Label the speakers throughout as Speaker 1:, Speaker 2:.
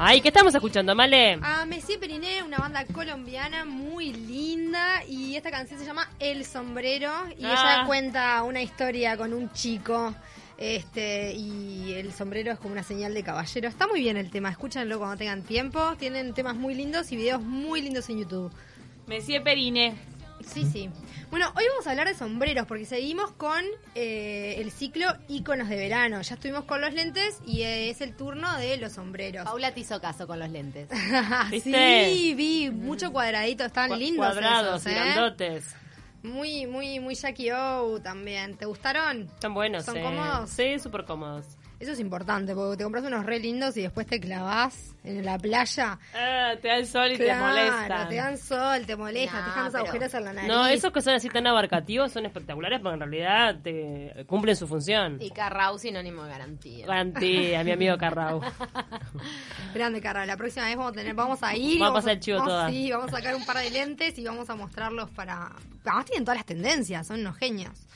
Speaker 1: Ay, ¿qué estamos escuchando, Male?
Speaker 2: A Messi Periné, una banda colombiana muy linda. Y esta canción se llama El Sombrero. Y
Speaker 1: Ah.
Speaker 2: ella cuenta una historia con un chico. Este, y el sombrero es como una señal de caballero. Está muy bien el tema, escúchanlo cuando tengan tiempo. Tienen temas muy lindos y videos muy lindos en YouTube.
Speaker 1: Messi Perine.
Speaker 2: Sí, sí. Bueno, hoy vamos a hablar de sombreros porque seguimos con eh, el ciclo íconos de verano. Ya estuvimos con los lentes y eh, es el turno de los sombreros.
Speaker 3: Paula te hizo caso con los lentes.
Speaker 1: ¿Viste?
Speaker 2: Ah,
Speaker 1: Mm.
Speaker 2: sí, vi mucho cuadradito, estaban
Speaker 1: Cua-
Speaker 2: lindos.
Speaker 1: Cuadrados,
Speaker 2: esos, ¿eh?
Speaker 1: grandotes.
Speaker 2: Muy, muy, muy Jackie O también. ¿Te gustaron?
Speaker 1: Están buenos,
Speaker 2: ¿Son
Speaker 1: eh.
Speaker 2: cómodos?
Speaker 1: Sí, súper cómodos.
Speaker 2: Eso es importante porque te compras unos re lindos y después te clavás en la playa.
Speaker 1: Ah, te dan sol y
Speaker 2: claro,
Speaker 1: te molesta.
Speaker 2: te dan sol, te molesta,
Speaker 3: No,
Speaker 2: te dejan los
Speaker 3: pero-
Speaker 2: agujeros en la nariz.
Speaker 1: No, esos que son así tan abarcativos son espectaculares porque en realidad te cumplen su función.
Speaker 3: Y Carrau sinónimo de garantía.
Speaker 1: Garantía, mi amigo Carrao.
Speaker 2: Grande, Carla. La próxima vez vamos a tener, vamos a ir. y
Speaker 1: Vamos a pasar el chivo
Speaker 2: vamos-
Speaker 1: todas.
Speaker 2: Sí, vamos a sacar un par de lentes y vamos a mostrarlos para. Además tienen todas las tendencias, son unos genios.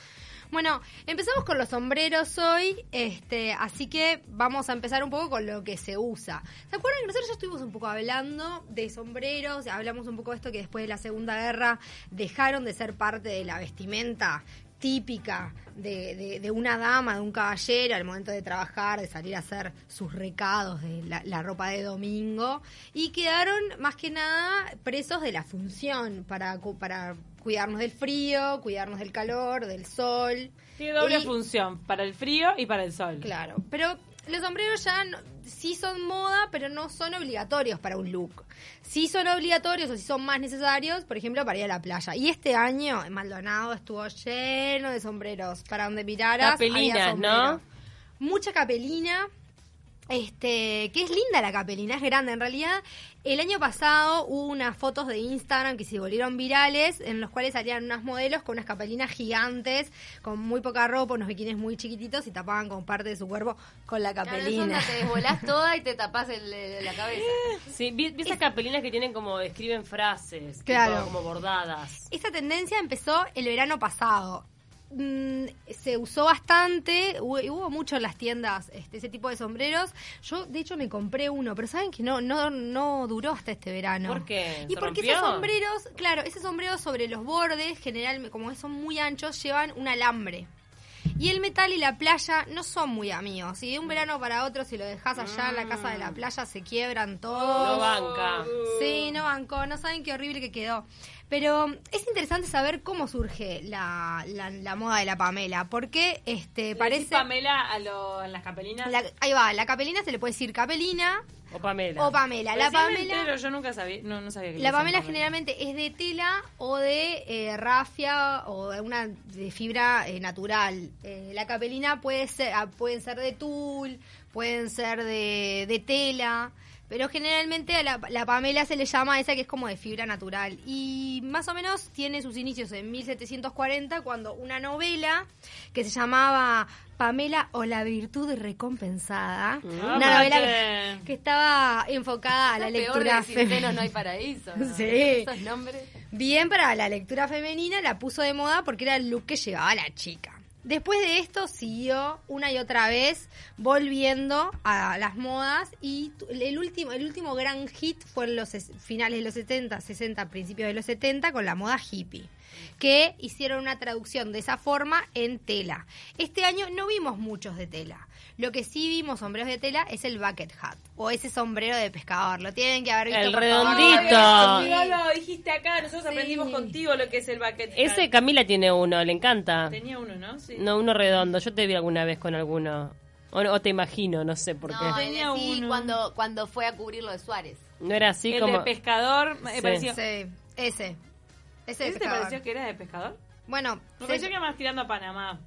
Speaker 2: Bueno, empezamos con los sombreros hoy, este, así que vamos a empezar un poco con lo que se usa. ¿Se acuerdan que nosotros ya estuvimos un poco hablando de sombreros? Hablamos un poco de esto que después de la Segunda Guerra dejaron de ser parte de la vestimenta típica de, de- de una dama, de un caballero, al momento de trabajar, de salir a hacer sus recados de la, la ropa de domingo, y quedaron más que nada presos de la función para, cu- para cuidarnos del frío, cuidarnos del calor, del sol.
Speaker 4: Tiene doble
Speaker 2: Y-
Speaker 4: función, para el frío y para el sol.
Speaker 2: Claro, pero los sombreros ya no- sí son moda, pero no son obligatorios para un look. Sí son obligatorios o sí son más necesarios, por ejemplo, para ir a la playa. Y este año en Maldonado estuvo lleno de sombreros. Para donde miraras,
Speaker 1: Capelinas,
Speaker 2: había sombrero.
Speaker 1: ¿no?
Speaker 2: Mucha capelina. Este, que es linda la capelina, es grande. En realidad, el año pasado hubo unas fotos de Instagram que se volvieron virales, en los cuales salían unas modelos con unas capelinas gigantes, con muy poca ropa, unos bikinis muy chiquititos y tapaban con parte de su cuerpo con la
Speaker 3: Claro, es onda,
Speaker 2: capelina.
Speaker 3: te desvolás toda y te tapás el- el- la cabeza.
Speaker 1: Sí, vi, vi esas capelinas que tienen como, escriben frases, tipo,
Speaker 2: Claro.
Speaker 1: como bordadas.
Speaker 2: Esta tendencia empezó el verano pasado. Mm, se usó bastante, hubo, hubo mucho en las tiendas este, ese tipo de sombreros. Yo, de hecho, me compré uno, pero saben que no, no, no duró hasta este verano.
Speaker 1: ¿Por qué?
Speaker 2: Y
Speaker 1: ¿Se
Speaker 2: porque
Speaker 1: rompió?
Speaker 2: esos sombreros, claro, esos sombreros sobre los bordes, general, como son muy anchos, llevan un alambre. Y el metal y la playa no son muy amigos. Y de
Speaker 1: Mm.
Speaker 2: un verano para otro, si lo dejas allá en la casa de la playa, se quiebran todos.
Speaker 1: No banca.
Speaker 2: Sí,
Speaker 4: Uh.
Speaker 2: no bancó, no saben qué horrible que quedó. Pero es interesante saber cómo surge la, la- la moda de la Pamela, porque este
Speaker 4: ¿Le
Speaker 2: parece...
Speaker 4: decís Pamela a, lo- a las capelinas?
Speaker 2: la- ahí va, la capelina se le puede decir capelina
Speaker 1: O Pamela.
Speaker 2: o Pamela. La
Speaker 4: Recién me
Speaker 2: Pamela...
Speaker 4: entero, yo nunca sabía, no, no sabía que le
Speaker 2: La
Speaker 4: decían
Speaker 2: Pamela generalmente es de tela o de eh, rafia o de una de fibra eh, natural. Eh, la capelina puede ser, ah, pueden ser de tul, pueden ser de, de tela, pero generalmente a la, la Pamela se le llama esa que es como de fibra natural. Y más o menos tiene sus inicios en 1740 cuando una novela que se llamaba Pamela o la virtud recompensada,
Speaker 4: Mm.
Speaker 1: Ah,
Speaker 2: una novela
Speaker 4: mate.
Speaker 2: que, que estaba enfocada a la
Speaker 3: Lo peor
Speaker 2: lectura
Speaker 3: de Centeno
Speaker 2: femenina.
Speaker 3: no hay paraíso. ¿no?
Speaker 2: Sí.
Speaker 3: Esos nombres.
Speaker 2: Bien para la lectura femenina la puso de moda porque era el look que llevaba la chica. Después de esto siguió una y otra vez volviendo a las modas y tu- el último, el último gran hit fue en los ses- finales de los 70, 60, principios de los 70 con la moda hippie, que hicieron una traducción de esa forma en tela. Este año no vimos muchos de tela. Lo que sí vimos sombreros de tela es el bucket hat o ese sombrero de pescador. Lo tienen que haber visto.
Speaker 1: El
Speaker 2: por favor.
Speaker 1: redondito.
Speaker 4: Ay, Ah, mirá, lo dijiste acá, nosotros
Speaker 2: Sí.
Speaker 4: aprendimos contigo lo que es el bucket. hat.
Speaker 1: Ese Camila tiene uno, le encanta.
Speaker 4: Tenía uno, ¿no? Sí.
Speaker 1: No, uno redondo. Yo te vi alguna vez con alguno. O, no- o te imagino, no sé por qué.
Speaker 3: No,
Speaker 1: No,
Speaker 3: es
Speaker 4: Tenía
Speaker 3: decir,
Speaker 4: uno.
Speaker 3: cuando, cuando fue a cubrir lo de Suárez.
Speaker 1: era así
Speaker 4: el
Speaker 1: como...
Speaker 4: de pescador, me
Speaker 1: Sí.
Speaker 4: pareció.
Speaker 2: Sí, ese. Ese de
Speaker 4: ¿Ese te
Speaker 2: pescador.
Speaker 4: pareció que era de pescador?
Speaker 2: Bueno,
Speaker 4: Me pareció
Speaker 2: se-
Speaker 4: que era más tirando a Panamá.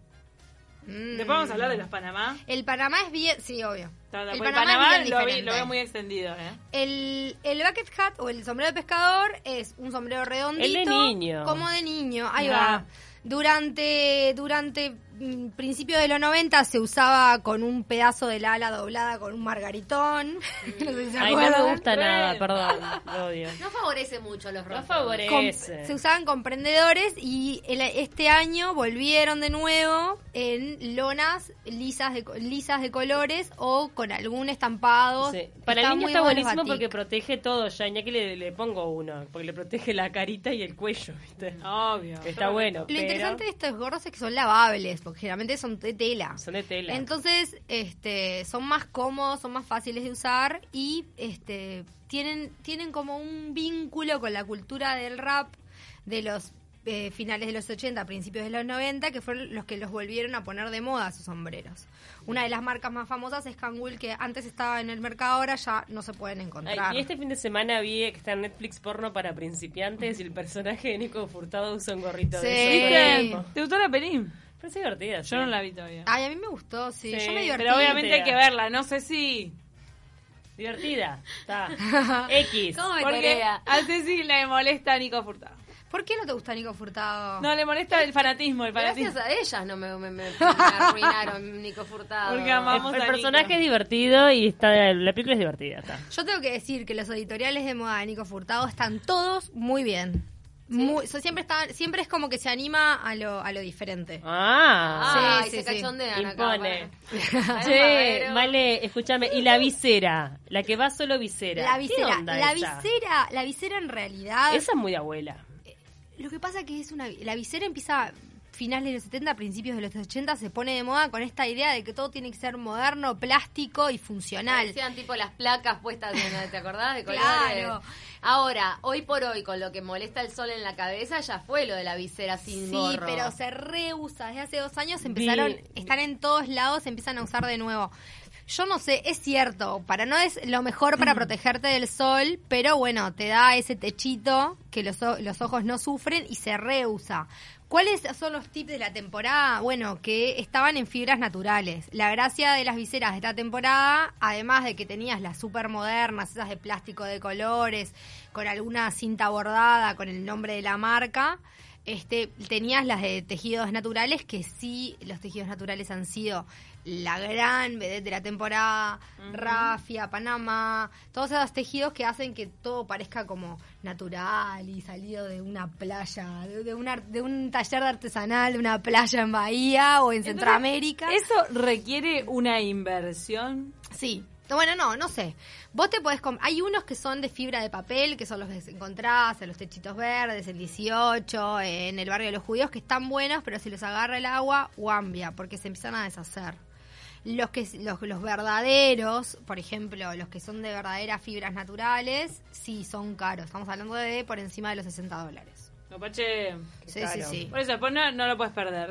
Speaker 2: Mm.
Speaker 4: Después vamos a hablar de los Panamá.
Speaker 2: El Panamá es bien. Sí, obvio.
Speaker 4: Porque
Speaker 2: El
Speaker 4: El
Speaker 2: Panamá,
Speaker 4: Panamá
Speaker 2: es bien
Speaker 4: lo, vi-
Speaker 2: diferente.
Speaker 4: lo veo muy extendido, ¿eh?
Speaker 2: El, el bucket hat o el sombrero de pescador es un sombrero redondito.
Speaker 1: El de niño.
Speaker 2: Como de niño, ahí va.
Speaker 4: Ah.
Speaker 2: Durante, durante mm, principios de los 90 se usaba con un pedazo del ala doblada con un margaritón. no sé si se
Speaker 1: Ay, no me
Speaker 2: acuerdan.
Speaker 1: gusta
Speaker 4: Re.
Speaker 1: nada, perdón. Lo odio.
Speaker 3: No favorece mucho los
Speaker 1: No
Speaker 3: rojos.
Speaker 2: Com-
Speaker 1: favorece.
Speaker 2: se usaban comprendedores y el- este año volvieron de nuevo en lonas lisas de, co- lisas de colores o con algún estampado.
Speaker 1: Sí. Para el
Speaker 2: Estaban
Speaker 1: niño
Speaker 2: muy
Speaker 1: está
Speaker 2: buenos
Speaker 1: buenísimo
Speaker 2: batik.
Speaker 1: porque protege todo ya. Y aquí le, le pongo uno. Porque le protege la carita y el cuello, ¿viste?
Speaker 4: Obvio.
Speaker 1: Está bueno.
Speaker 2: Lo
Speaker 1: pero
Speaker 2: interesante de estos gorros es que son lavables, porque generalmente son de tela.
Speaker 1: Son de tela.
Speaker 2: Entonces, este, son más cómodos, son más fáciles de usar y este, tienen, tienen como un vínculo con la cultura del rap de los eh, finales de los 80, principios de los 90, que fueron los que los volvieron a poner de moda sus sombreros. Una de las marcas más famosas es Kangol, que antes estaba en el mercado, ahora ya no se pueden
Speaker 1: Ay,
Speaker 2: encontrar.
Speaker 1: y este fin de semana vi que está en Netflix porno para principiantes y el personaje de Nico Furtado usa un gorrito
Speaker 2: Sí. Ah,
Speaker 1: de
Speaker 4: ¿Viste?
Speaker 1: eso.
Speaker 4: ¿Te gustó la peli?
Speaker 1: Pero es divertida. sí.
Speaker 4: Yo no la vi todavía.
Speaker 2: Ay, a mí me gustó, sí.
Speaker 1: Sí,
Speaker 2: Yo me divertí.
Speaker 4: Pero obviamente hay que
Speaker 1: Divertida.
Speaker 4: verla. No sé si.
Speaker 1: Divertida. Está. X.
Speaker 3: ¿Cómo? Ay,
Speaker 4: Porque
Speaker 3: Corea.
Speaker 4: a Ceci le molesta a Nico Furtado.
Speaker 2: ¿Por qué no te gusta Nico Furtado?
Speaker 4: No, le molesta el fanatismo, el fanatismo.
Speaker 3: Gracias a ellas no me, me- me- me arruinaron Nico Furtado.
Speaker 4: Porque amamos-
Speaker 1: El,
Speaker 4: a
Speaker 1: el
Speaker 4: Nico.
Speaker 1: personaje es divertido y está la película es divertida. Está.
Speaker 2: Yo tengo que decir que los editoriales de moda de Nico Furtado están todos muy bien. Muy- so- siempre, está, siempre es como que se anima a lo, a lo diferente.
Speaker 1: Ah.
Speaker 3: Ay,
Speaker 2: Sí, sí,
Speaker 3: se
Speaker 2: sí.
Speaker 3: cachondean acá.
Speaker 1: Impone.
Speaker 2: Ah,
Speaker 3: bueno.
Speaker 1: Che, vale, escúchame. Y la visera. La que va solo visera.
Speaker 2: La
Speaker 1: ¿Qué
Speaker 2: visera,
Speaker 1: onda
Speaker 2: la
Speaker 1: esa?
Speaker 2: visera, la visera en realidad.
Speaker 1: Esa es muy abuela.
Speaker 2: Lo que pasa que es una la visera empieza a finales de los 70, principios de los 80 se pone de moda con esta idea de que todo tiene que ser moderno, plástico y funcional.
Speaker 3: Sean tipo las placas puestas, en- ¿te acordás? De colores.
Speaker 2: Claro.
Speaker 3: Ahora, hoy por hoy, con lo que molesta el sol en la cabeza, ya fue lo de la visera sin
Speaker 2: Sí,
Speaker 3: gorro.
Speaker 2: pero se reusa. Desde hace dos años empezaron,
Speaker 1: Vi-
Speaker 2: están en todos lados, se empiezan a usar de nuevo. Yo no sé, es cierto, para no es lo mejor
Speaker 3: Mm.
Speaker 2: para protegerte del sol, pero bueno, te da ese techito que los, o- los ojos no sufren y se reusa. ¿Cuáles son los tips de la temporada? Bueno, que estaban en fibras naturales. La gracia de las viseras de esta temporada, además de que tenías las super modernas, esas de plástico de colores, con alguna cinta bordada, con el nombre de la marca, este, tenías las de tejidos naturales, que sí, los tejidos naturales han sido la gran vedette de la temporada, Rafia, Panamá, todos esos tejidos que hacen que todo parezca como natural y salido de una playa, de, de un, ar- de un taller de artesanal, de una playa en Bahía o en Centroamérica.
Speaker 4: Eso requiere una inversión.
Speaker 2: Sí. Bueno, no, no sé. Vos te podés comprar. Hay unos que son de fibra de papel, que son los que encontrás en los techitos verdes, en 18, en el barrio de los judíos, que están buenos, pero si los agarra el agua, guambia, porque se empiezan a deshacer. Los, que, los, los verdaderos, por ejemplo, los que son de verdaderas fibras naturales, sí son caros. Estamos hablando de por encima de los 60 dólares.
Speaker 4: No, Pache.
Speaker 2: Sí, sí,
Speaker 1: Claro.
Speaker 2: sí.
Speaker 4: Por eso, después no, no lo puedes perder.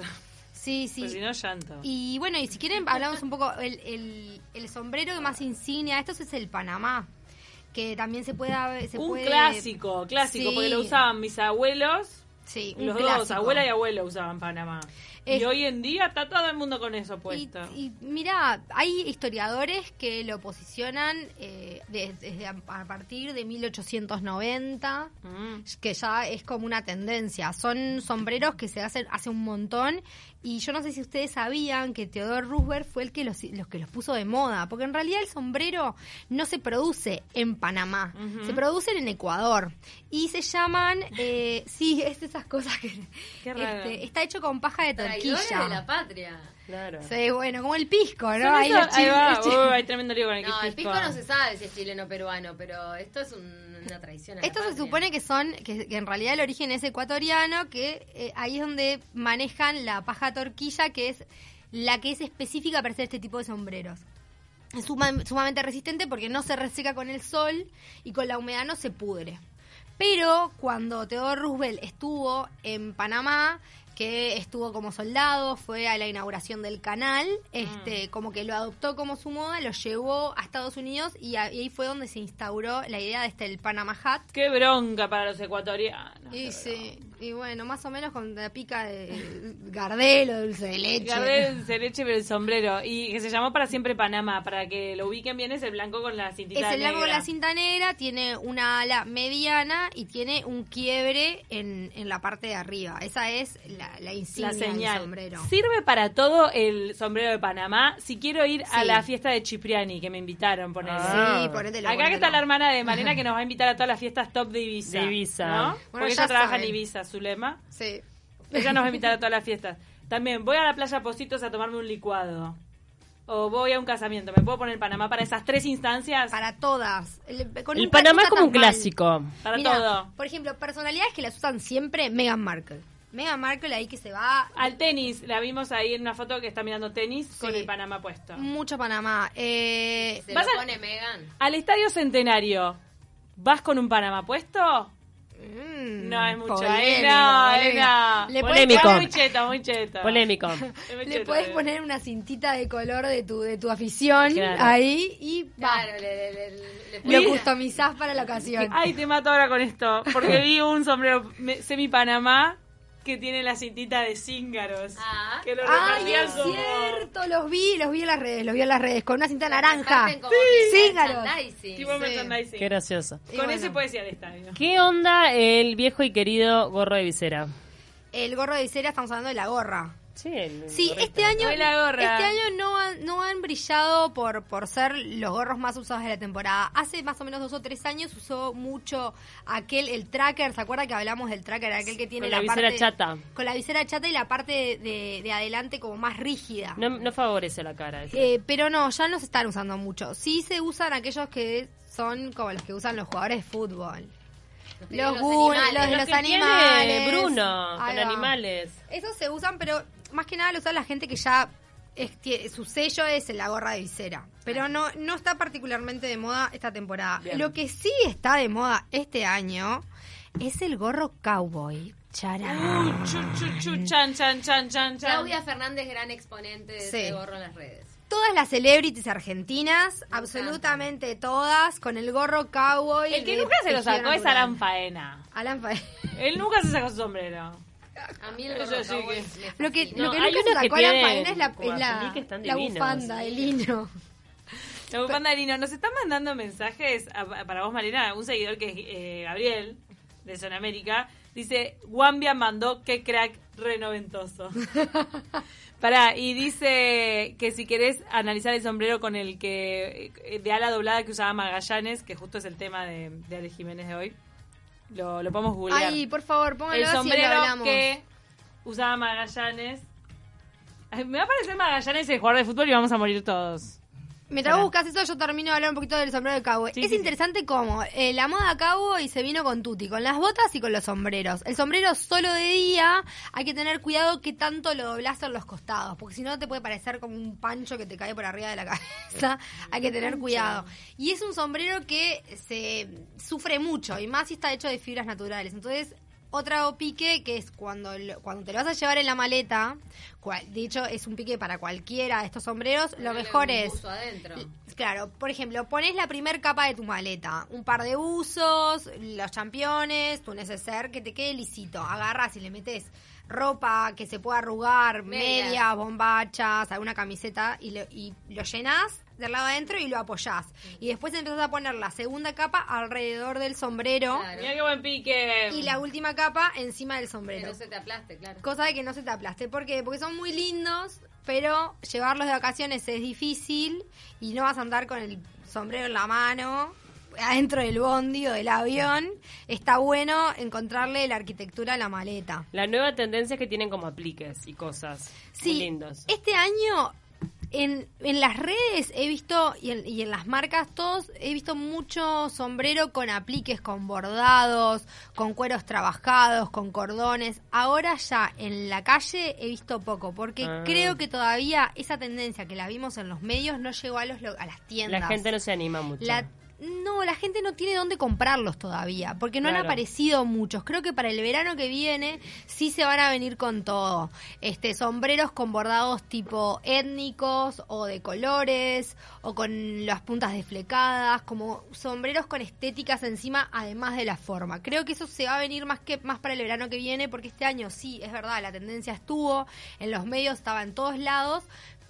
Speaker 2: Sí, sí.
Speaker 4: Porque si no, llanto.
Speaker 2: Y bueno, y si quieren, hablamos un poco. El, el, el sombrero más insignia, esto es el Panamá. Que también se puede. Se
Speaker 4: un
Speaker 2: puede-
Speaker 4: clásico, clásico,
Speaker 2: Sí.
Speaker 4: porque lo usaban mis abuelos.
Speaker 2: Sí, un
Speaker 4: Los dos,
Speaker 2: clásico.
Speaker 4: abuela y abuelo usaban Panamá.
Speaker 2: Es-
Speaker 4: Y hoy en día está todo el mundo con eso
Speaker 2: Y,
Speaker 4: puesto.
Speaker 2: y mira, hay historiadores que lo posicionan eh, des- desde, a, a partir de 1890,
Speaker 4: Mm.
Speaker 2: que ya es como una tendencia. Son sombreros que se hacen hace un montón y yo no sé si ustedes sabían que Theodore Roosevelt fue el que los, los que los puso de moda, porque en realidad el sombrero no se produce en Panamá, se producen en Ecuador y se llaman, eh, sí, es de esas cosas que
Speaker 4: Qué raro.
Speaker 2: este, está hecho con paja de
Speaker 3: Traidores
Speaker 2: tortilla.
Speaker 3: de la patria.
Speaker 1: Claro.
Speaker 2: Sí, bueno, como el pisco,
Speaker 4: Son
Speaker 2: ¿no? Ahí
Speaker 4: esos-
Speaker 2: los
Speaker 4: ahí
Speaker 2: chiles-
Speaker 4: va,
Speaker 2: los chiles.
Speaker 4: uy, hay tremendo lío con el
Speaker 3: No, el
Speaker 4: pisco.
Speaker 3: pisco no se sabe si es chileno o peruano, pero esto es un- una traición. a la
Speaker 2: Esto se
Speaker 3: patria.
Speaker 2: supone que son, que, que en realidad el origen es ecuatoriano, que eh, ahí es donde manejan la paja torquilla, que es la que es específica para hacer este tipo de sombreros. Es suma- sumamente resistente porque no se reseca con el sol y con la humedad no se pudre. Pero cuando Theodore Roosevelt estuvo en Panamá, que estuvo como soldado, fue a la inauguración del canal, este, como que lo adoptó como su moda, lo llevó a Estados Unidos y a- y ahí fue donde se instauró la idea de este el Panama Hat.
Speaker 4: Qué bronca para los ecuatorianos.
Speaker 2: Y
Speaker 4: qué
Speaker 2: sí, Y bueno, más o menos con la pica de Gardel o dulce de leche.
Speaker 4: Gardel se leche pero el sombrero. Y que se llamó para siempre Panamá. Para que lo ubiquen bien, es el blanco con la cintita.
Speaker 2: Es el largo de
Speaker 4: negra.
Speaker 2: la cinta negra, tiene una ala mediana y tiene un quiebre en, en la parte de arriba. Esa es la, la insignia
Speaker 4: La señal.
Speaker 2: del sombrero.
Speaker 4: Sirve para todo el sombrero de Panamá. Si quiero ir a
Speaker 2: Sí.
Speaker 4: la fiesta de Cipriani, que me invitaron, ponele.
Speaker 1: Ah.
Speaker 2: Sí, ponételo,
Speaker 4: Acá que está
Speaker 2: ponételo.
Speaker 4: la hermana de Malena que nos va a invitar a todas las fiestas top de Ibiza.
Speaker 1: De Ibiza.
Speaker 4: ¿no?
Speaker 1: Bueno,
Speaker 4: Porque
Speaker 2: ya
Speaker 4: ella trabaja en
Speaker 2: saben.
Speaker 4: Ibiza, Zulema.
Speaker 2: Sí.
Speaker 4: Ella nos va a invitar a todas las fiestas. También voy a la playa Positos a tomarme un licuado. O voy a un casamiento. ¿Me puedo poner Panamá para esas tres instancias?
Speaker 2: Para todas. El, con
Speaker 1: El
Speaker 2: un par
Speaker 1: Panamá es
Speaker 2: está
Speaker 1: como un
Speaker 2: tan mal.
Speaker 1: clásico.
Speaker 4: Para
Speaker 2: Mirá,
Speaker 4: todo.
Speaker 2: Por ejemplo, personalidades que las usan siempre, Meghan Markle. Meghan Markle ahí que se va
Speaker 4: Al tenis. La vimos ahí en una foto que está mirando tenis con
Speaker 2: Sí.
Speaker 4: el Panamá puesto.
Speaker 2: mucho a Panamá. Eh,
Speaker 3: Se
Speaker 4: Vas
Speaker 3: lo
Speaker 4: a-
Speaker 3: pone Megan.
Speaker 4: Al Estadio Centenario. ¿Vas con un Panamá puesto?
Speaker 2: mm,
Speaker 4: No, es mucho.
Speaker 2: polémico,
Speaker 4: Ahí no, ahí
Speaker 2: polémico.
Speaker 4: no.
Speaker 2: Le podés
Speaker 1: Polémico.
Speaker 4: Es Muy cheto, muy
Speaker 1: Ah.
Speaker 4: cheto.
Speaker 1: Polémico.
Speaker 4: Es muy
Speaker 2: Le
Speaker 4: cheto,
Speaker 2: puedes
Speaker 4: eh.
Speaker 2: poner una cintita de color de tu, de tu afición
Speaker 1: Claro.
Speaker 2: ahí y va.
Speaker 3: Claro, le, le, le- le
Speaker 2: Lo
Speaker 4: Mira.
Speaker 2: customizás para la ocasión.
Speaker 4: Ay, te mato ahora con esto. Porque vi un sombrero me- semi-panamá que tiene la cintita de cíngaros.
Speaker 3: Ah.
Speaker 4: que lo
Speaker 2: Ay,
Speaker 4: reconocían
Speaker 2: es
Speaker 4: como-
Speaker 2: cierto, los vi, los vi en las redes, los vi en las redes, con una cinta naranja.
Speaker 3: Parten como que
Speaker 2: Sí,
Speaker 3: es
Speaker 2: Garo.
Speaker 3: merchandising.
Speaker 4: Tipo merchandising.
Speaker 1: Qué gracioso.
Speaker 4: Con
Speaker 2: Y bueno.
Speaker 4: ese puedes ir al estadio.
Speaker 1: ¿Qué onda el viejo y querido gorro de visera?
Speaker 2: El gorro de visera, estamos hablando de la gorra.
Speaker 1: Sí, el
Speaker 2: Sí,
Speaker 1: gorrito.
Speaker 2: este año,
Speaker 4: Hoy la gorra.
Speaker 2: este año no, han, no han brillado por, por ser los gorros más usados de la temporada. Hace más o menos dos o tres años usó mucho aquel, el tracker, ¿se acuerda que hablamos del tracker? Aquel que tiene
Speaker 1: Con la
Speaker 2: parte-
Speaker 1: visera chata.
Speaker 2: Con la visera chata y la parte de, de- de adelante como más rígida.
Speaker 1: No, no favorece la cara. ese.
Speaker 2: Eh, pero no, ya no se están usando mucho. Sí se usan aquellos que son como los que usan los jugadores de fútbol.
Speaker 3: Los
Speaker 2: Los
Speaker 3: que- los
Speaker 2: gun-
Speaker 3: animales.
Speaker 2: los,
Speaker 3: Los
Speaker 2: los
Speaker 1: que tiene
Speaker 2: animales.
Speaker 1: Bruno,
Speaker 2: Ahí
Speaker 1: con
Speaker 2: va.
Speaker 1: animales.
Speaker 2: Esos se usan, pero más que nada lo usa la gente que ya es- tie- su sello es la gorra de visera. Pero no, no está particularmente de moda esta temporada.
Speaker 1: Bien.
Speaker 2: Lo que sí está de moda este año es el gorro cowboy. Chará.
Speaker 4: Uy, chu, chu, chu, chan, chan, chan, chan, chan.
Speaker 3: Claudia Fernández, gran exponente de
Speaker 2: Sí.
Speaker 3: ese gorro en las redes.
Speaker 2: Todas las celebrities argentinas,
Speaker 3: Me
Speaker 2: absolutamente todas, con el gorro cowboy.
Speaker 4: El que
Speaker 2: de
Speaker 4: nunca se lo
Speaker 2: tejido
Speaker 4: sacó es
Speaker 2: natural.
Speaker 4: Alan Faena.
Speaker 2: Alan Fae-
Speaker 4: Él nunca se sacó su sombrero.
Speaker 3: A mí el
Speaker 4: Eso
Speaker 3: gorro
Speaker 4: sí
Speaker 3: cowboy me
Speaker 4: que-
Speaker 2: Lo que,
Speaker 3: fascina.
Speaker 2: lo que
Speaker 1: No, hay
Speaker 2: nunca se
Speaker 1: unos que
Speaker 2: sacó Alan
Speaker 1: tienen
Speaker 2: Faena es la,
Speaker 1: como
Speaker 2: es la-
Speaker 1: azules que están
Speaker 2: la
Speaker 1: divinos.
Speaker 2: bufanda, el lino.
Speaker 4: La bufanda de lino. Nos están mandando mensajes a- para vos, Malena. Un seguidor que es eh, Gabriel, de Zona América, dice: Guambia mandó que crack renoventoso. Pará, y dice que si querés analizar el sombrero con el que eh, de ala doblada que usaba Magallanes, que justo es el tema de, de Ale Jiménez de hoy, lo, lo podemos googlear.
Speaker 2: Ay, por favor, póngalo
Speaker 4: el
Speaker 2: así y lo
Speaker 4: sombrero
Speaker 2: hablamos.
Speaker 4: que usaba Magallanes. Ay, Me va a parecer Magallanes el jugador de fútbol y vamos a morir todos.
Speaker 2: Mientras
Speaker 4: Pará.
Speaker 2: buscas eso, yo termino de hablar un poquito del sombrero de cowboy.
Speaker 4: Sí,
Speaker 2: es
Speaker 4: sí,
Speaker 2: interesante cómo eh, la moda cowboy se vino con tutti, con las botas y con los sombreros. El sombrero solo de día, hay que tener cuidado que tanto lo doblás en los costados, porque si no te puede parecer como un pancho que te cae por arriba de la cabeza. hay que tener cuidado. Y es un sombrero que se sufre mucho, y más si está hecho de fibras naturales. Entonces... Otro pique que es cuando, lo- cuando te lo vas a llevar en la maleta, cual- de hecho es un pique para cualquiera de estos sombreros, lo
Speaker 3: Ponerle
Speaker 2: mejor
Speaker 3: un
Speaker 2: es
Speaker 3: buzo adentro.
Speaker 2: Claro, por ejemplo, pones la primer capa de tu maleta, un par de usos, los championes, tu neceser, que te quede lisito. Agarras y le metes ropa que se pueda arrugar,
Speaker 3: Medias.
Speaker 2: medias, bombachas, alguna camiseta, y lo, y lo llenas del lado adentro y lo apoyás. Y después empezás a poner la segunda capa alrededor del sombrero
Speaker 3: Claro.
Speaker 4: Mira qué buen pique.
Speaker 2: y la última capa encima del
Speaker 3: Que
Speaker 2: sombrero.
Speaker 3: no se te aplaste, claro.
Speaker 2: Cosa de que no se te aplaste. ¿Por qué? Porque son muy lindos, pero llevarlos de vacaciones es difícil y no vas a andar con el sombrero en la mano adentro del bondi o del avión. Está bueno encontrarle la arquitectura a la maleta.
Speaker 1: La nueva tendencia es que tienen como apliques y cosas
Speaker 2: Sí,
Speaker 1: muy lindos.
Speaker 2: este año en, en las redes he visto, y en, y en las marcas todos, he visto mucho sombrero con apliques, con bordados, con cueros trabajados, con cordones. Ahora ya en la calle he visto poco, porque
Speaker 1: Ah.
Speaker 2: creo que todavía esa tendencia que la vimos en los medios no llegó a, los, lo- a las tiendas.
Speaker 1: La gente no se anima mucho.
Speaker 2: La No, la gente no tiene dónde comprarlos todavía, porque no han
Speaker 1: Claro.
Speaker 2: aparecido muchos. Creo que para el verano que viene sí se van a venir con todo. Este, sombreros con bordados tipo étnicos o de colores o con las puntas desflecadas, como sombreros con estéticas encima además de la forma. Creo que eso se va a venir más que más para el verano que viene porque este año sí, es verdad, la tendencia estuvo en los medios, estaba en todos lados,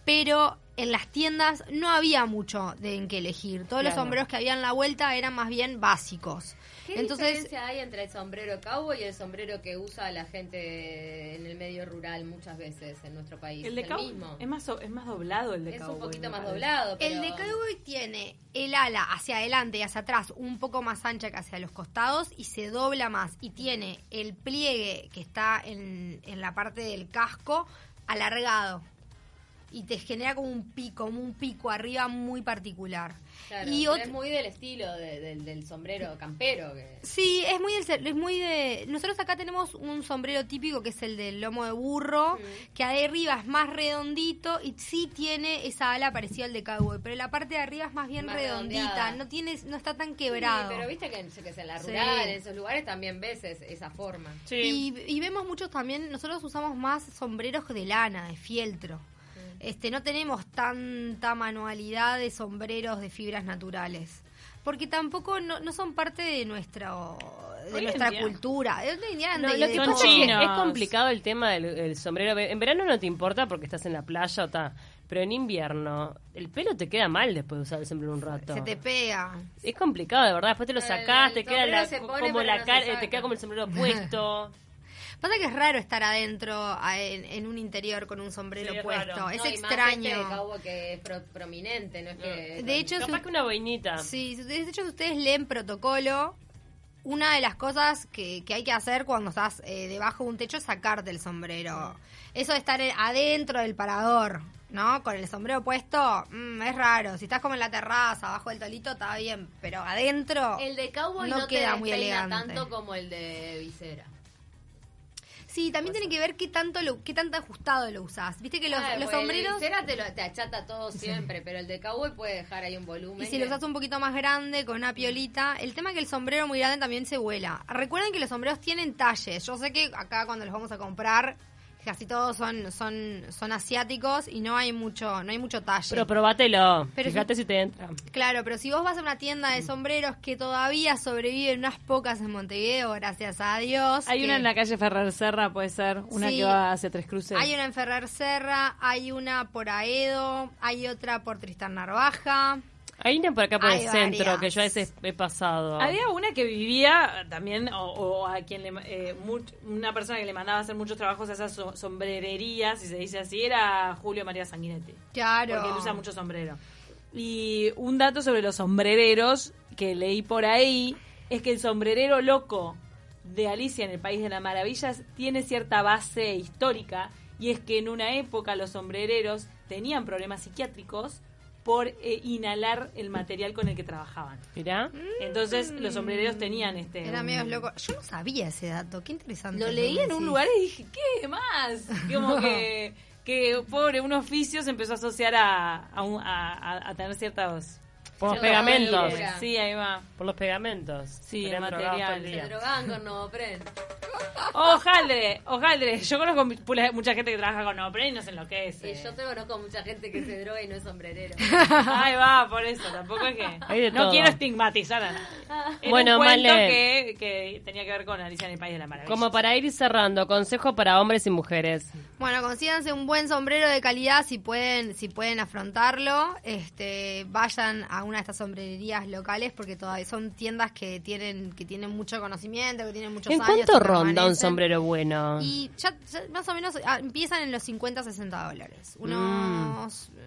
Speaker 2: pero en las tiendas no había mucho de en qué elegir. Todos los
Speaker 1: Claro.
Speaker 2: sombreros que había en la vuelta eran más bien básicos.
Speaker 3: ¿Qué
Speaker 2: Entonces,
Speaker 3: diferencia hay entre el sombrero cowboy y el sombrero que usa la gente en el medio rural muchas veces en nuestro país?
Speaker 4: El de
Speaker 3: ¿Es
Speaker 4: cowboy
Speaker 3: mismo.
Speaker 4: es más, so- es más doblado el de
Speaker 3: Es
Speaker 4: cowboy,
Speaker 3: un poquito
Speaker 4: me
Speaker 3: más
Speaker 4: parece.
Speaker 3: doblado. Pero...
Speaker 2: el de cowboy tiene el ala hacia adelante y hacia atrás un poco más ancha que hacia los costados y se dobla más. Y tiene el pliegue que está en, en la parte del casco alargado. Y te genera como un pico, como un pico arriba muy particular.
Speaker 3: Claro,
Speaker 2: y
Speaker 3: pero
Speaker 2: otro-
Speaker 3: es muy del estilo de- del- del sombrero campero. Que...
Speaker 2: Sí, es muy, del cer- es muy de... Nosotros acá tenemos un sombrero típico que es el del lomo de burro, que de arriba es más redondito y sí tiene esa ala parecida al de cowboy, pero la parte de arriba es más bien
Speaker 3: Más
Speaker 2: redondita,
Speaker 3: redondeada.
Speaker 2: no tiene, no está tan
Speaker 3: Sí,
Speaker 2: quebrado.
Speaker 3: pero viste que, en- que es en la
Speaker 2: Sí.
Speaker 3: rural, en esos lugares también ves es- esa forma.
Speaker 4: Sí.
Speaker 2: Y, y vemos muchos también, nosotros usamos más sombreros de lana, de fieltro. Este, no tenemos tanta manualidad de sombreros de fibras naturales. Porque tampoco no, no son parte de nuestro de
Speaker 4: Hoy en
Speaker 2: nuestra
Speaker 4: día.
Speaker 2: cultura. De hoy en día,
Speaker 1: No,
Speaker 2: de-
Speaker 1: lo
Speaker 2: de-
Speaker 1: que
Speaker 4: son
Speaker 2: pasa
Speaker 1: pasa es que
Speaker 4: chinos.
Speaker 1: es complicado el tema del el sombrero. En verano no te importa porque estás en la playa o tal. Pero en invierno, el pelo te queda mal después de usar el sombrero un rato.
Speaker 2: Se te pega.
Speaker 1: Es complicado, de verdad. Después te lo
Speaker 3: El-
Speaker 1: sacás,
Speaker 3: el
Speaker 1: te queda la-
Speaker 3: sombrero se pone,
Speaker 1: como
Speaker 3: pero
Speaker 1: la
Speaker 3: no se
Speaker 1: cara, eh,
Speaker 3: saca.
Speaker 1: te queda como el sombrero puesto.
Speaker 2: Pasa que es raro estar adentro a- en, en un interior con un sombrero
Speaker 1: Sí, es
Speaker 2: puesto.
Speaker 1: raro.
Speaker 2: Es
Speaker 3: No, y más este de
Speaker 2: extraño.
Speaker 3: cowboy que es pro- prominente, no es que...
Speaker 2: De hecho,
Speaker 1: Capaz
Speaker 2: si-
Speaker 1: que una boinita.
Speaker 2: Sí, de hecho, si ustedes leen protocolo, una de las cosas que, que hay que hacer cuando estás eh, debajo de un techo es sacarte el sombrero. Eso de estar eh, adentro del parador, ¿no? Con el sombrero puesto, mm, es raro. Si estás como en la terraza, abajo del tolito, está bien, pero adentro...
Speaker 3: El de cowboy
Speaker 2: No
Speaker 3: no,
Speaker 2: queda
Speaker 3: te
Speaker 2: muy
Speaker 3: despeina
Speaker 2: elegante.
Speaker 3: tanto como el de visera.
Speaker 2: Sí, también tiene que ver qué tanto lo, qué tanto ajustado lo usás. Viste que los,
Speaker 3: Pues Ah,
Speaker 2: los
Speaker 3: pues
Speaker 2: sombreros...
Speaker 3: El de visera te, lo- te achata todo siempre, pero el de cowboy puede dejar ahí un volumen.
Speaker 2: Y si lo
Speaker 3: que-
Speaker 2: usas un poquito más grande, con una piolita. El tema es que el sombrero muy grande también se vuela. Recuerden que los sombreros tienen talles. Yo sé que acá cuando los vamos a comprar, casi todos son, son, son asiáticos y no hay mucho, no hay mucho talle.
Speaker 1: Pero probátelo.
Speaker 2: Pero
Speaker 1: Fíjate
Speaker 2: es
Speaker 1: si te entra.
Speaker 2: Claro, pero si vos vas a una tienda de sombreros que todavía sobreviven unas pocas en Montevideo, gracias a Dios.
Speaker 4: Hay
Speaker 2: que-
Speaker 4: una en la calle Ferrer Serra, puede ser. Una
Speaker 2: Sí.
Speaker 4: que va hacia Tres Cruces.
Speaker 2: Hay una en Ferrer Serra, hay una por Aedo, hay otra por Tristán Narvaja.
Speaker 1: Hay una por acá por
Speaker 2: Hay
Speaker 1: el centro
Speaker 2: varias.
Speaker 1: que yo a veces he pasado.
Speaker 4: Había una que vivía eh, también, o, o a quien le, ma- eh, much- una persona que le mandaba hacer muchos trabajos a esas so- sombrererías, si se dice así, era Julio María Sanguinetti.
Speaker 2: Claro.
Speaker 4: Porque él usa mucho sombrero. Y un dato sobre los sombrereros que leí por ahí es que el sombrerero loco de Alicia en el País de las Maravillas tiene cierta base histórica y es que en una época los sombrereros tenían problemas psiquiátricos por eh, inhalar el material con el que trabajaban.
Speaker 1: Mirá.
Speaker 4: Mm. Entonces los sombrereros tenían este...
Speaker 2: Eran
Speaker 4: un-
Speaker 2: medios locos. Yo no sabía ese dato, qué interesante.
Speaker 4: Lo
Speaker 2: que
Speaker 4: leí
Speaker 2: me
Speaker 4: en un
Speaker 2: decís.
Speaker 4: lugar y dije, ¿qué más? Como que, que pobre, un oficio se empezó a asociar a, a, un- a- a- a tener ciertos...
Speaker 1: Por los
Speaker 3: Yo
Speaker 1: pegamentos.
Speaker 3: también.
Speaker 4: Sí, ahí va.
Speaker 1: Por los pegamentos.
Speaker 4: Sí,
Speaker 1: Eran
Speaker 4: el
Speaker 1: drogados todo
Speaker 4: material.
Speaker 1: el
Speaker 3: Se
Speaker 1: día.
Speaker 3: drogan con Novopren.
Speaker 4: Oh, Ojalá, ojalá. Yo conozco mi- pula- mucha gente que trabaja con Opren y no se enloquece.
Speaker 3: Y yo te conozco mucha gente que se droga y no es sombrerero.
Speaker 4: Ahí va, por eso. Tampoco es que...
Speaker 1: Hay de
Speaker 4: no
Speaker 1: todo.
Speaker 4: quiero estigmatizar a nadie. Era
Speaker 1: Bueno,
Speaker 4: un cuento
Speaker 1: Male.
Speaker 4: que, que tenía que ver con Alicia en el País de la Maravilla.
Speaker 1: Como para ir cerrando, consejo para hombres y mujeres.
Speaker 2: Bueno, consíganse un buen sombrero de calidad si pueden, si pueden afrontarlo. Este, vayan a una de estas sombrerías locales porque todavía son tiendas que tienen, que tienen mucho conocimiento, que tienen muchos
Speaker 1: ¿En
Speaker 2: años.
Speaker 1: cuánto
Speaker 2: que
Speaker 1: ronda un
Speaker 2: permanecen.
Speaker 1: sombrero bueno?
Speaker 2: Y ya, ya más o menos ah, empiezan en los 50, 60 dólares. Unos. eh,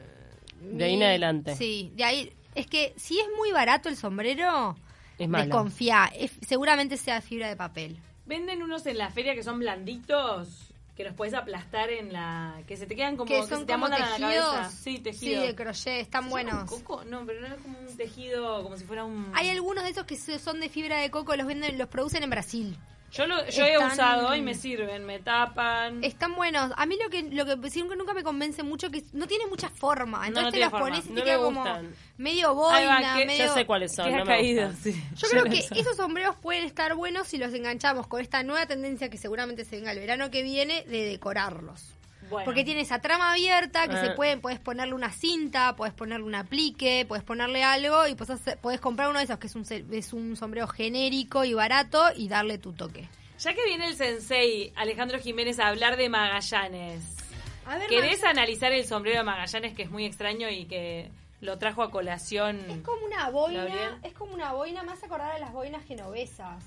Speaker 1: Mm. De ahí en
Speaker 2: mil-
Speaker 1: adelante.
Speaker 2: Sí, de ahí. Es que si es muy barato el sombrero,
Speaker 1: Es malo.
Speaker 2: desconfía. Es- seguramente sea de fibra de papel.
Speaker 4: Venden unos en la feria que son blanditos que los puedes aplastar en la... que se te quedan como...
Speaker 2: que
Speaker 4: se
Speaker 2: son
Speaker 4: te
Speaker 2: como
Speaker 4: amontan a la cabeza.
Speaker 2: tejidos.
Speaker 4: Sí, tejidos.
Speaker 2: Sí, de crochet, están
Speaker 4: ¿Se llama
Speaker 2: buenos.
Speaker 4: coco? No, pero no es como un tejido, como si fuera un...
Speaker 2: Hay algunos de esos que se- son de fibra de coco, los venden, los producen en Brasil.
Speaker 4: Yo, lo, yo he
Speaker 2: Están-
Speaker 4: usado y me sirven, me tapan.
Speaker 2: Están buenos. A mí lo que lo que sí, nunca me convence mucho que no tiene mucha forma. Entonces
Speaker 4: no
Speaker 2: te
Speaker 4: tiene
Speaker 2: las
Speaker 4: forma.
Speaker 2: pones y
Speaker 1: No
Speaker 2: te
Speaker 1: me
Speaker 2: queda como
Speaker 1: gustan.
Speaker 2: medio
Speaker 4: Ahí va,
Speaker 2: boina,
Speaker 4: que- ya
Speaker 1: Ya
Speaker 2: medio
Speaker 1: sé cuáles son,
Speaker 4: Que ha
Speaker 1: no me
Speaker 4: caído,
Speaker 1: gustan.
Speaker 4: sí.
Speaker 2: Yo creo
Speaker 1: lo
Speaker 2: que
Speaker 1: sé.
Speaker 2: esos sombreros pueden estar buenos si los enganchamos con esta nueva tendencia que seguramente se venga el verano que viene de decorarlos.
Speaker 4: Bueno.
Speaker 2: Porque tiene esa trama abierta que se
Speaker 1: Ah.
Speaker 2: pueden, puedes ponerle una cinta, puedes ponerle un aplique, puedes ponerle algo y puedes, puedes comprar uno de esos que es un, se- es un sombrero genérico y barato y darle tu toque.
Speaker 4: Ya que viene el sensei Alejandro Jiménez a hablar de Magallanes,
Speaker 2: A ver,
Speaker 4: ¿querés analizar el sombrero de Magallanes que es muy extraño y que lo trajo a colación?
Speaker 2: Es como una boina,
Speaker 4: Gabriel.
Speaker 2: es como una boina más acordada de las boinas genovesas.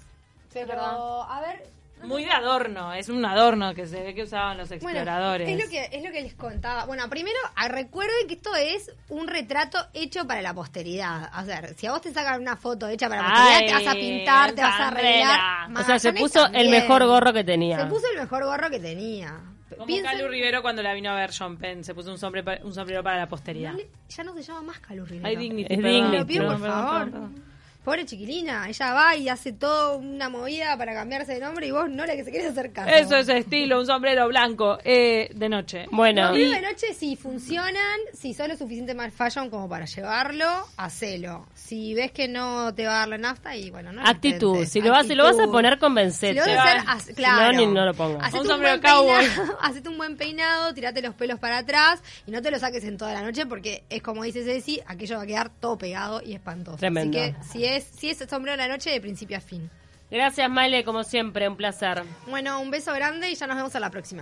Speaker 2: Pero,
Speaker 4: verdad.
Speaker 2: a ver.
Speaker 4: Muy de adorno, es un adorno que se ve que usaban los
Speaker 2: Bueno,
Speaker 4: exploradores.
Speaker 2: es lo, que, es lo que les contaba. Bueno, primero ah, recuerden que esto es un retrato hecho para la posteridad. O sea, si a vos te sacan una foto hecha para la posteridad,
Speaker 4: Ay,
Speaker 2: te vas a pintar, te vas a arreglar.
Speaker 1: Ah,
Speaker 4: Sandrela.
Speaker 1: O sea, se
Speaker 2: Magallanes
Speaker 1: puso el
Speaker 2: también.
Speaker 1: mejor gorro que tenía.
Speaker 2: Se puso el mejor gorro que tenía.
Speaker 4: Como
Speaker 2: Piensen-
Speaker 4: Calu Rivero cuando la vino a ver John Penn, se puso un, sombre pa- un sombrero para la
Speaker 2: no
Speaker 4: posteridad.
Speaker 2: le- ya no se llama más Calu Rivero.
Speaker 4: Hay dignity.
Speaker 1: Es
Speaker 4: perdón.
Speaker 1: dignity.
Speaker 2: Lo pido, por
Speaker 4: Perdón, perdón,
Speaker 2: favor.
Speaker 4: perdón.
Speaker 2: Pobre chiquilina, ella va y hace toda una movida para cambiarse de nombre y vos no la que se querés hacer caso.
Speaker 4: Eso es estilo, un sombrero blanco eh, de noche.
Speaker 1: Bueno,
Speaker 2: Los de noche, si funcionan, si sos lo suficiente más fashion como para llevarlo, hacelo. Si ves que no te va a dar la nafta, y bueno, no. lo
Speaker 1: actitud.
Speaker 2: intentes.
Speaker 1: Si lo, vas, si lo vas a
Speaker 2: Actitud.
Speaker 1: poner,
Speaker 2: Si
Speaker 1: convencete.
Speaker 2: lo vas a hacer, haz-
Speaker 1: Si
Speaker 2: claro.
Speaker 1: No, ni no lo pongas.
Speaker 2: Hacete
Speaker 4: Un
Speaker 2: un,
Speaker 4: sombrero
Speaker 2: buen
Speaker 4: cowboy.
Speaker 2: peinado, hacete un buen peinado, tirate los pelos para atrás y no te lo saques en toda la noche porque es como dice Ceci, aquello va a quedar todo pegado y espantoso.
Speaker 1: Tremendo.
Speaker 2: Así que si es, si es sombrero de la noche, de principio a fin.
Speaker 1: Gracias, Maile, como siempre, un placer.
Speaker 2: Bueno, un beso grande y ya nos vemos a la próxima.